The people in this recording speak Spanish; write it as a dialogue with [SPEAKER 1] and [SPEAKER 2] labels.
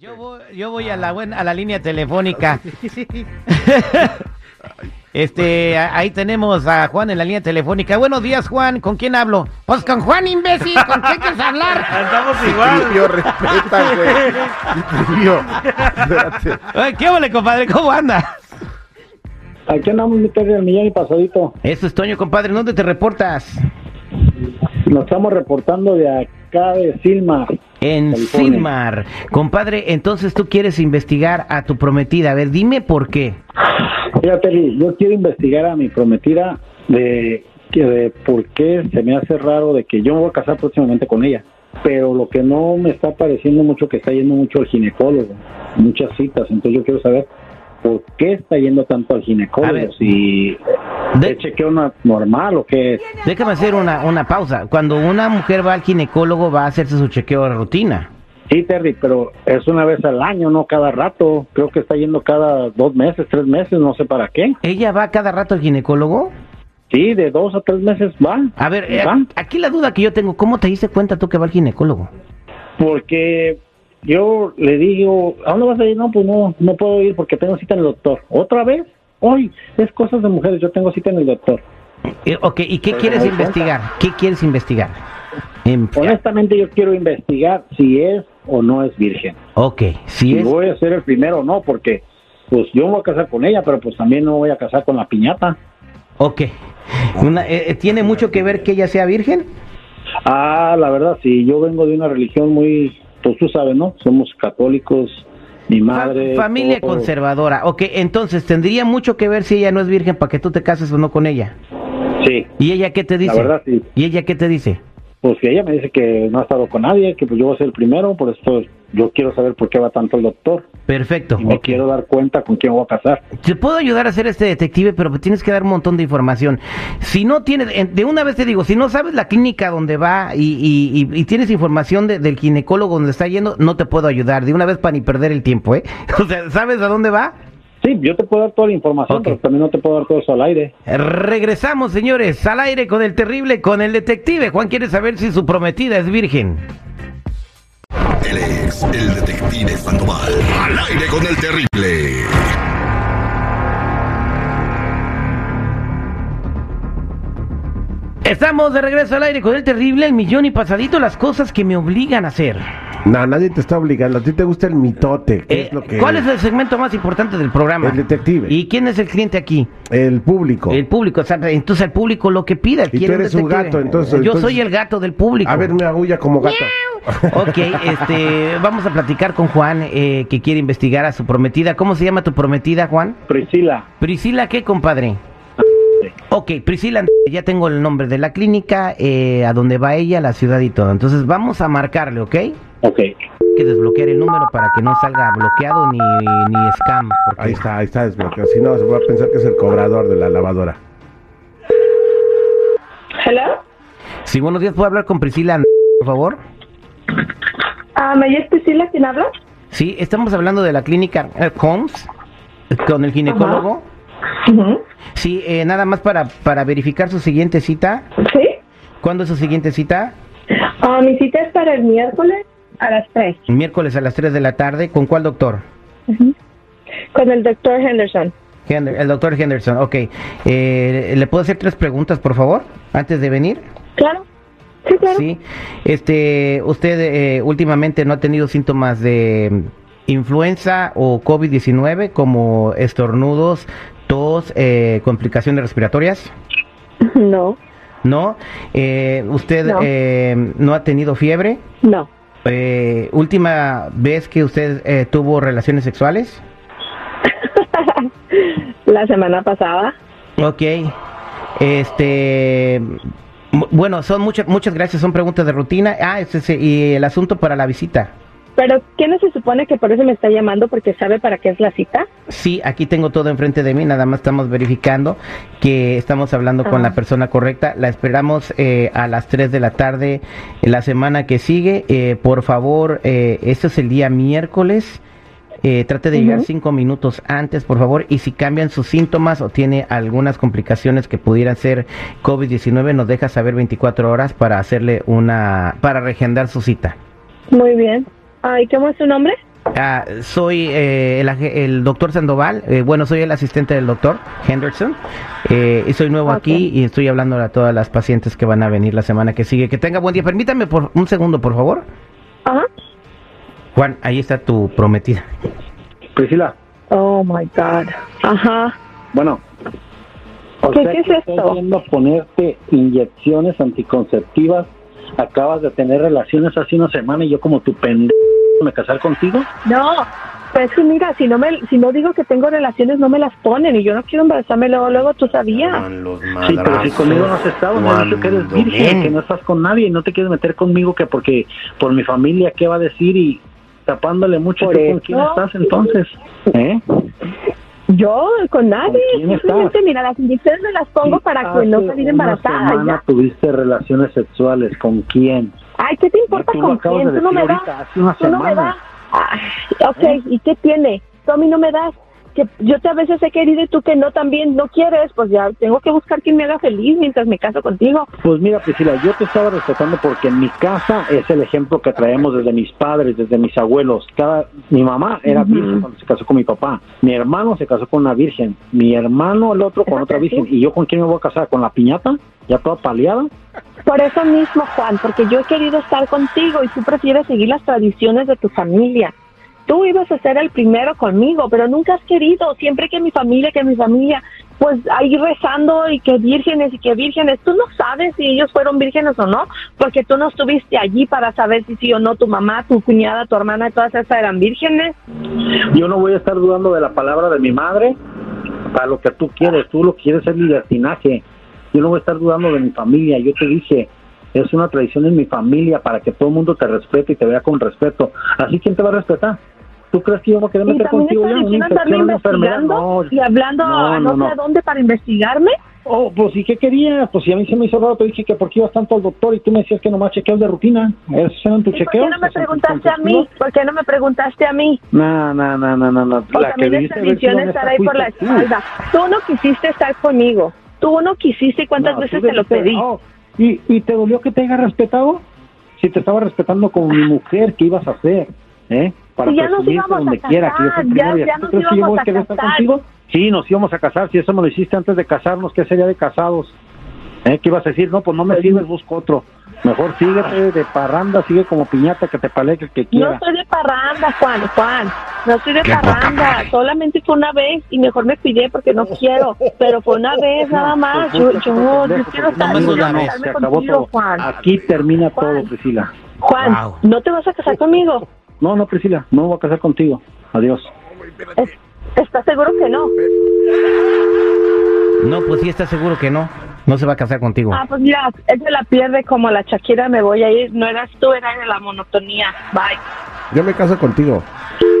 [SPEAKER 1] Yo voy, yo voy a, la buena, a la línea telefónica. Este, a- ahí tenemos a Juan en la línea telefónica. Buenos días, Juan. ¿Con quién hablo? Pues con Juan, imbécil. ¿Con quién quieres hablar?
[SPEAKER 2] Andamos
[SPEAKER 3] Tripio, respeta, güey. Tripio, espérate.
[SPEAKER 1] Ay, ¿Qué vale, compadre? ¿Cómo anda?
[SPEAKER 4] Aquí andamos mi Terry, el millón y pasadito.
[SPEAKER 1] Eso es Toño, compadre. ¿Dónde te reportas?
[SPEAKER 4] Nos estamos reportando de acá de Silmar.
[SPEAKER 1] En
[SPEAKER 4] California.
[SPEAKER 1] Silmar. Compadre, entonces tú quieres investigar a tu prometida. A ver, dime por qué.
[SPEAKER 4] Mira, Terry, yo quiero investigar a mi prometida de, que- de por qué se me hace raro de que yo me voy a casar próximamente con ella. Pero lo que no me está pareciendo mucho que está yendo mucho al ginecólogo, muchas citas. Entonces yo quiero saber por qué está yendo tanto al
[SPEAKER 1] A
[SPEAKER 4] ginecólogo.
[SPEAKER 1] ver.
[SPEAKER 4] si
[SPEAKER 1] De-
[SPEAKER 4] es chequeo na- normal o qué es.
[SPEAKER 1] déjame hacer una, una pausa. Cuando una mujer va al ginecólogo, va a hacerse su chequeo de rutina.
[SPEAKER 4] Sí, Terry, pero es una vez al año, no cada rato. Creo que está yendo cada dos meses, tres meses, no sé para qué.
[SPEAKER 1] ¿Ella va cada rato al ginecólogo?
[SPEAKER 4] Sí, de dos a tres meses va.
[SPEAKER 1] A ver, eh,
[SPEAKER 4] Va.
[SPEAKER 1] aquí la duda que yo tengo, ¿cómo te diste cuenta tú que va al ginecólogo?
[SPEAKER 4] Porque yo le digo, ¿a dónde vas a ir? No, pues no, no puedo ir porque tengo cita en el doctor. ¿Otra vez? Hoy, es cosas de mujeres, yo tengo cita en el doctor.
[SPEAKER 1] Eh, ok, ¿y qué
[SPEAKER 4] Pues,
[SPEAKER 1] quieres
[SPEAKER 4] me Pues, doy
[SPEAKER 1] investigar? ¿Qué quieres investigar? Em,
[SPEAKER 4] Honestamente, yo quiero investigar si es o no es virgen.
[SPEAKER 1] ok, si
[SPEAKER 4] Si
[SPEAKER 1] es...
[SPEAKER 4] voy a ser el primero o no, porque pues yo me voy a casar con ella, pero pues también no voy a casar con la piñata.
[SPEAKER 1] Ok. Una- eh, eh,
[SPEAKER 4] Pues,
[SPEAKER 1] ¿Tiene mucho que ver que ella sea virgen?
[SPEAKER 4] Ah, la verdad, sí, yo vengo de una religión muy, pues tú sabes, ¿no? Somos católicos, mi
[SPEAKER 1] Fa-
[SPEAKER 4] madre.
[SPEAKER 1] familia
[SPEAKER 4] todo.
[SPEAKER 1] conservadora. Ok, entonces tendría mucho que ver si ella no es virgen para que tú te cases o no con ella.
[SPEAKER 4] Sí,
[SPEAKER 1] ¿Y ella qué te dice?
[SPEAKER 4] la verdad, sí.
[SPEAKER 1] ¿Y ella qué te dice?
[SPEAKER 4] Pues que ella me dice que no ha estado con nadie, que pues yo voy a ser el primero, por eso yo quiero saber por qué va tanto el doctor
[SPEAKER 1] Perfecto.
[SPEAKER 4] y me
[SPEAKER 1] ok.
[SPEAKER 4] quiero dar cuenta con quién voy a casar.
[SPEAKER 1] Te puedo ayudar a ser este detective, pero me tienes que dar un montón de información. Si no tienes, en- de una vez te digo, si no sabes la clínica donde va y, y- y- y tienes información de- del ginecólogo donde está yendo, no te puedo ayudar. De una vez para ni perder el tiempo, ¿eh? O sea, ¿sabes a dónde va?
[SPEAKER 4] Sí, yo te puedo dar toda la información,
[SPEAKER 1] Ok.
[SPEAKER 4] pero también no te puedo dar todo eso al aire.
[SPEAKER 1] Regresamos, señores, al aire con el terrible, con el detective. Juan quiere saber si su prometida es virgen.
[SPEAKER 5] Él es el detective Sandoval. Al aire con el terrible.
[SPEAKER 1] Estamos de regreso al aire con el terrible, el millón y pasadito, las cosas que me obligan a hacer.
[SPEAKER 3] No, nadie te está obligando. A ti te gusta el mitote. ¿Qué
[SPEAKER 1] Eh,
[SPEAKER 3] es lo que
[SPEAKER 1] ¿Cuál es el segmento más importante del programa?
[SPEAKER 3] El detective.
[SPEAKER 1] ¿Y quién es el cliente aquí?
[SPEAKER 3] El público.
[SPEAKER 1] El público, o sea, entonces el público lo que pida.
[SPEAKER 3] tú
[SPEAKER 1] quiere un
[SPEAKER 3] eres un
[SPEAKER 1] detective.
[SPEAKER 3] gato, entonces-
[SPEAKER 1] Yo
[SPEAKER 3] entonces-
[SPEAKER 1] soy el gato del público.
[SPEAKER 3] A ver, me agulla como gato.
[SPEAKER 1] Ok, este, vamos a platicar con Juan, eh, que quiere investigar a su prometida. ¿Cómo se llama tu prometida, Juan?
[SPEAKER 4] Priscila,
[SPEAKER 1] Priscila, ¿qué, compadre? Ok, Priscila, ya tengo el nombre de la clínica, eh, a dónde va ella, la ciudad y todo. Entonces vamos a marcarle, ¿ok? Hay
[SPEAKER 4] ok.
[SPEAKER 1] que desbloquear el número para que no salga bloqueado ni, ni scam. porque-
[SPEAKER 3] Ahí está, ahí está desbloqueado. Si no, se va a pensar que es el cobrador de la lavadora.
[SPEAKER 6] Hola,
[SPEAKER 1] Sí, buenos días, ¿puedo hablar con Priscila, por favor?
[SPEAKER 6] ah ¿Me es Priscila quien habla?
[SPEAKER 1] Sí, estamos hablando de la clínica eh, Holmes eh, con el ginecólogo.
[SPEAKER 6] Ujú.
[SPEAKER 1] Sí, eh, nada más para, para verificar su siguiente cita.
[SPEAKER 6] Sí.
[SPEAKER 1] ¿Cuándo es su siguiente cita?
[SPEAKER 6] Ah, mi cita es para el miércoles a las 3
[SPEAKER 1] Miércoles a las 3 de la tarde. ¿Con cuál doctor?
[SPEAKER 6] con el doctor Henderson.
[SPEAKER 1] Hender- el doctor Henderson, ok. Eh, ¿Le puedo hacer tres preguntas, por favor, antes de venir?
[SPEAKER 6] ¿Claro? Sí, claro.
[SPEAKER 1] Sí. Este, ¿Usted eh, últimamente no ha tenido síntomas de mm, influenza o COVID-19 como estornudos, tos, eh, complicaciones respiratorias?
[SPEAKER 6] No,
[SPEAKER 1] ¿No? Eh, ¿Usted
[SPEAKER 6] No.
[SPEAKER 1] eh, no ha tenido fiebre?
[SPEAKER 6] no.
[SPEAKER 1] Eh, ¿Última vez que usted eh, tuvo relaciones sexuales?
[SPEAKER 6] La semana pasada.
[SPEAKER 1] Ok. Este. mu- Bueno, son muchas muchas gracias, son preguntas de rutina. Ah, ese, ese, y el asunto para la visita.
[SPEAKER 6] Pero, ¿qué no se supone que por eso me está llamando? Porque sabe para qué es la cita.
[SPEAKER 1] Sí, aquí tengo todo enfrente de mí, nada más estamos verificando que estamos hablando con
[SPEAKER 6] Ah.
[SPEAKER 1] la persona correcta. La esperamos eh, a las 3 de la tarde la semana que sigue. Eh, por favor, eh, esto es el día miércoles. Eh, trate de llegar
[SPEAKER 6] Ujú.
[SPEAKER 1] cinco minutos antes, por favor, y si cambian sus síntomas o tiene algunas complicaciones que pudieran ser COVID-19, nos deja saber 24 horas para hacerle una, para regendar su cita.
[SPEAKER 6] Muy bien. Ah, ¿Y cómo es su nombre?
[SPEAKER 1] Ah, soy eh, el, ag- el doctor Sandoval, eh, bueno, soy el asistente del doctor Henderson, eh, y soy nuevo
[SPEAKER 6] Ok.
[SPEAKER 1] aquí y estoy hablando a todas las pacientes que van a venir la semana que sigue. Que tenga buen día. Permítame por un segundo, por favor.
[SPEAKER 6] Ajá.
[SPEAKER 1] Juan, ahí está tu prometida.
[SPEAKER 4] Priscila,
[SPEAKER 6] Oh my God. Ajá.
[SPEAKER 4] bueno. O
[SPEAKER 6] ¿Qué-
[SPEAKER 4] sea
[SPEAKER 6] qué es
[SPEAKER 4] que estás
[SPEAKER 6] esto?
[SPEAKER 4] yendo a ponerte inyecciones anticonceptivas. Acabas de tener relaciones hace una semana y yo como tu pendejo me casar contigo.
[SPEAKER 6] No. Pero es que mira, si no me, si no digo que tengo relaciones, no me las ponen y yo no quiero embarazarme luego, luego tú sabías.
[SPEAKER 4] Sí, pero si conmigo no has estado, me has dicho que eres virgen, que no estás con nadie y no te quieres meter conmigo, que porque por mi familia, ¿qué va a decir? Y tapándole mucho,
[SPEAKER 6] Por
[SPEAKER 4] ¿tú ¿con quién
[SPEAKER 6] eso.
[SPEAKER 4] estás entonces? ¿Eh?
[SPEAKER 6] Yo con nadie,
[SPEAKER 4] ¿Con quién
[SPEAKER 6] simplemente
[SPEAKER 4] estás?
[SPEAKER 6] mira, las inyecciones me las pongo
[SPEAKER 4] Sí,
[SPEAKER 6] para que no
[SPEAKER 4] hace
[SPEAKER 6] salir
[SPEAKER 4] Una
[SPEAKER 6] embarazada.
[SPEAKER 4] semana
[SPEAKER 6] ya.
[SPEAKER 4] tuviste relaciones sexuales, ¿con quién?
[SPEAKER 6] Ay, ¿qué te importa
[SPEAKER 4] Tú lo
[SPEAKER 6] con
[SPEAKER 4] acabas
[SPEAKER 6] quién?
[SPEAKER 4] de
[SPEAKER 6] Tú no
[SPEAKER 4] decir
[SPEAKER 6] me
[SPEAKER 4] ahorita,
[SPEAKER 6] das.
[SPEAKER 4] hace una
[SPEAKER 6] Tú no me
[SPEAKER 4] semana. ¿Eh?
[SPEAKER 6] das. Ay, ok, ¿y qué tiene? Tú a mí no me das. Que yo te a veces he querido y tú que no también no quieres, pues ya tengo que buscar quien me haga feliz mientras me caso contigo.
[SPEAKER 4] Pues mira, Priscila, yo te estaba respetando porque en mi casa es el ejemplo que traemos desde mis padres, desde mis abuelos. Cada, mi mamá era virgen cuando se casó con mi papá. Mi hermano se casó con una virgen. Mi hermano, el otro, con
[SPEAKER 6] Exacto,
[SPEAKER 4] otra virgen.
[SPEAKER 6] sí.
[SPEAKER 4] ¿Y yo con quién me voy a casar? ¿Con la piñata? ¿Ya toda paleada?
[SPEAKER 6] Por eso mismo, Juan, porque yo he querido estar contigo y tú prefieres seguir las tradiciones de tu familia. Tú ibas a ser el primero conmigo, pero nunca has querido. Siempre que mi familia, que mi familia, pues ahí rezando y que vírgenes y que vírgenes. Tú no sabes si ellos fueron vírgenes o no, porque tú no estuviste allí para saber si sí o no tu mamá, tu cuñada, tu hermana, todas esas eran vírgenes.
[SPEAKER 4] Yo no voy a estar dudando de la palabra de mi madre para lo que tú quieres. Tú lo que quieres es libertinaje. Yo no voy a estar dudando de mi familia. Yo te dije, es una tradición en mi familia para que todo el mundo te respete y te vea con respeto. Así, ¿quién te va a respetar? ¿Tú crees que yo me quedé
[SPEAKER 6] Y
[SPEAKER 4] meter
[SPEAKER 6] también
[SPEAKER 4] contigo
[SPEAKER 6] esta
[SPEAKER 4] ya?
[SPEAKER 6] de
[SPEAKER 4] ¿Una
[SPEAKER 6] andarme
[SPEAKER 4] infección, una enfermedad? No.
[SPEAKER 6] investigando y hablando
[SPEAKER 4] No, no,
[SPEAKER 6] a no sé
[SPEAKER 4] no.
[SPEAKER 6] a dónde para investigarme.
[SPEAKER 4] Oh, pues, ¿y qué querías? Pues, si a mí se me hizo raro, te dije que por qué ibas tanto al doctor y tú me decías que nomás chequeos de rutina. ¿Esos eran tus
[SPEAKER 6] ¿Y ¿Por
[SPEAKER 4] chequeos? Pues,
[SPEAKER 6] qué no me
[SPEAKER 4] ¿Esos eran tus
[SPEAKER 6] preguntaste a mí?
[SPEAKER 4] consultivos?
[SPEAKER 6] ¿Por qué no me preguntaste a mí?
[SPEAKER 4] No, no, no, no, no. no.
[SPEAKER 6] O
[SPEAKER 4] La que
[SPEAKER 6] también
[SPEAKER 4] debiste
[SPEAKER 6] esta
[SPEAKER 4] haber sido
[SPEAKER 6] visión
[SPEAKER 4] honesta
[SPEAKER 6] estar ahí por la
[SPEAKER 4] fuiste tú.
[SPEAKER 6] espalda. Tú no quisiste estar conmigo. Tú no quisiste y cuántas
[SPEAKER 4] No,
[SPEAKER 6] veces
[SPEAKER 4] tú
[SPEAKER 6] te lo
[SPEAKER 4] debiste-
[SPEAKER 6] pedí.
[SPEAKER 4] Oh, ¿y, ¿Y te dolió que te haya respetado? Si te estaba respetando como mi mujer, ¿qué ibas a hacer? ¿Eh?
[SPEAKER 6] Y Pues ya nos
[SPEAKER 4] presumirte
[SPEAKER 6] íbamos a
[SPEAKER 4] donde quiera, que yo fui
[SPEAKER 6] casar,
[SPEAKER 4] primero,
[SPEAKER 6] ya-
[SPEAKER 4] ¿y
[SPEAKER 6] ya
[SPEAKER 4] así tú
[SPEAKER 6] nos
[SPEAKER 4] crees que yo
[SPEAKER 6] íbamos
[SPEAKER 4] voy
[SPEAKER 6] a
[SPEAKER 4] querer estar
[SPEAKER 6] casar.
[SPEAKER 4] contigo? Sí, nos íbamos a casar. Si eso me lo hiciste antes de casarnos, ¿qué sería de casados? ¿Eh? ¿Qué ibas a decir? No, pues no me sirves, busco otro. Mejor síguete de parranda, sigue como piñata, que te palee el que
[SPEAKER 6] No
[SPEAKER 4] quiera.
[SPEAKER 6] soy de parranda, Juan, Juan. No soy de
[SPEAKER 5] Qué poca
[SPEAKER 6] parranda.
[SPEAKER 5] madre.
[SPEAKER 6] Solamente fue una vez y mejor me cuidé porque no quiero. Pero fue una vez nada más. Yo, yo, yo quiero estar
[SPEAKER 1] Nomás
[SPEAKER 6] yo
[SPEAKER 1] una
[SPEAKER 6] quiero
[SPEAKER 1] vez.
[SPEAKER 6] casarme
[SPEAKER 4] Se acabó
[SPEAKER 6] contigo,
[SPEAKER 4] todo. Ah,
[SPEAKER 6] Juan.
[SPEAKER 4] Aquí termina
[SPEAKER 6] Juan.
[SPEAKER 4] todo, Priscila.
[SPEAKER 6] Juan,
[SPEAKER 1] Wow.
[SPEAKER 6] ¿no te vas a casar conmigo?
[SPEAKER 4] No, no, Priscila, no me voy a casar contigo. Adiós.
[SPEAKER 6] Es- ¿Estás seguro que no?
[SPEAKER 1] No, pues sí, está seguro que no. No se va a casar contigo.
[SPEAKER 6] Ah, pues mira, él se la pierde como la Shakira, me voy a ir. No eras tú, era de la monotonía. Bye.
[SPEAKER 3] Yo me caso contigo. Ah,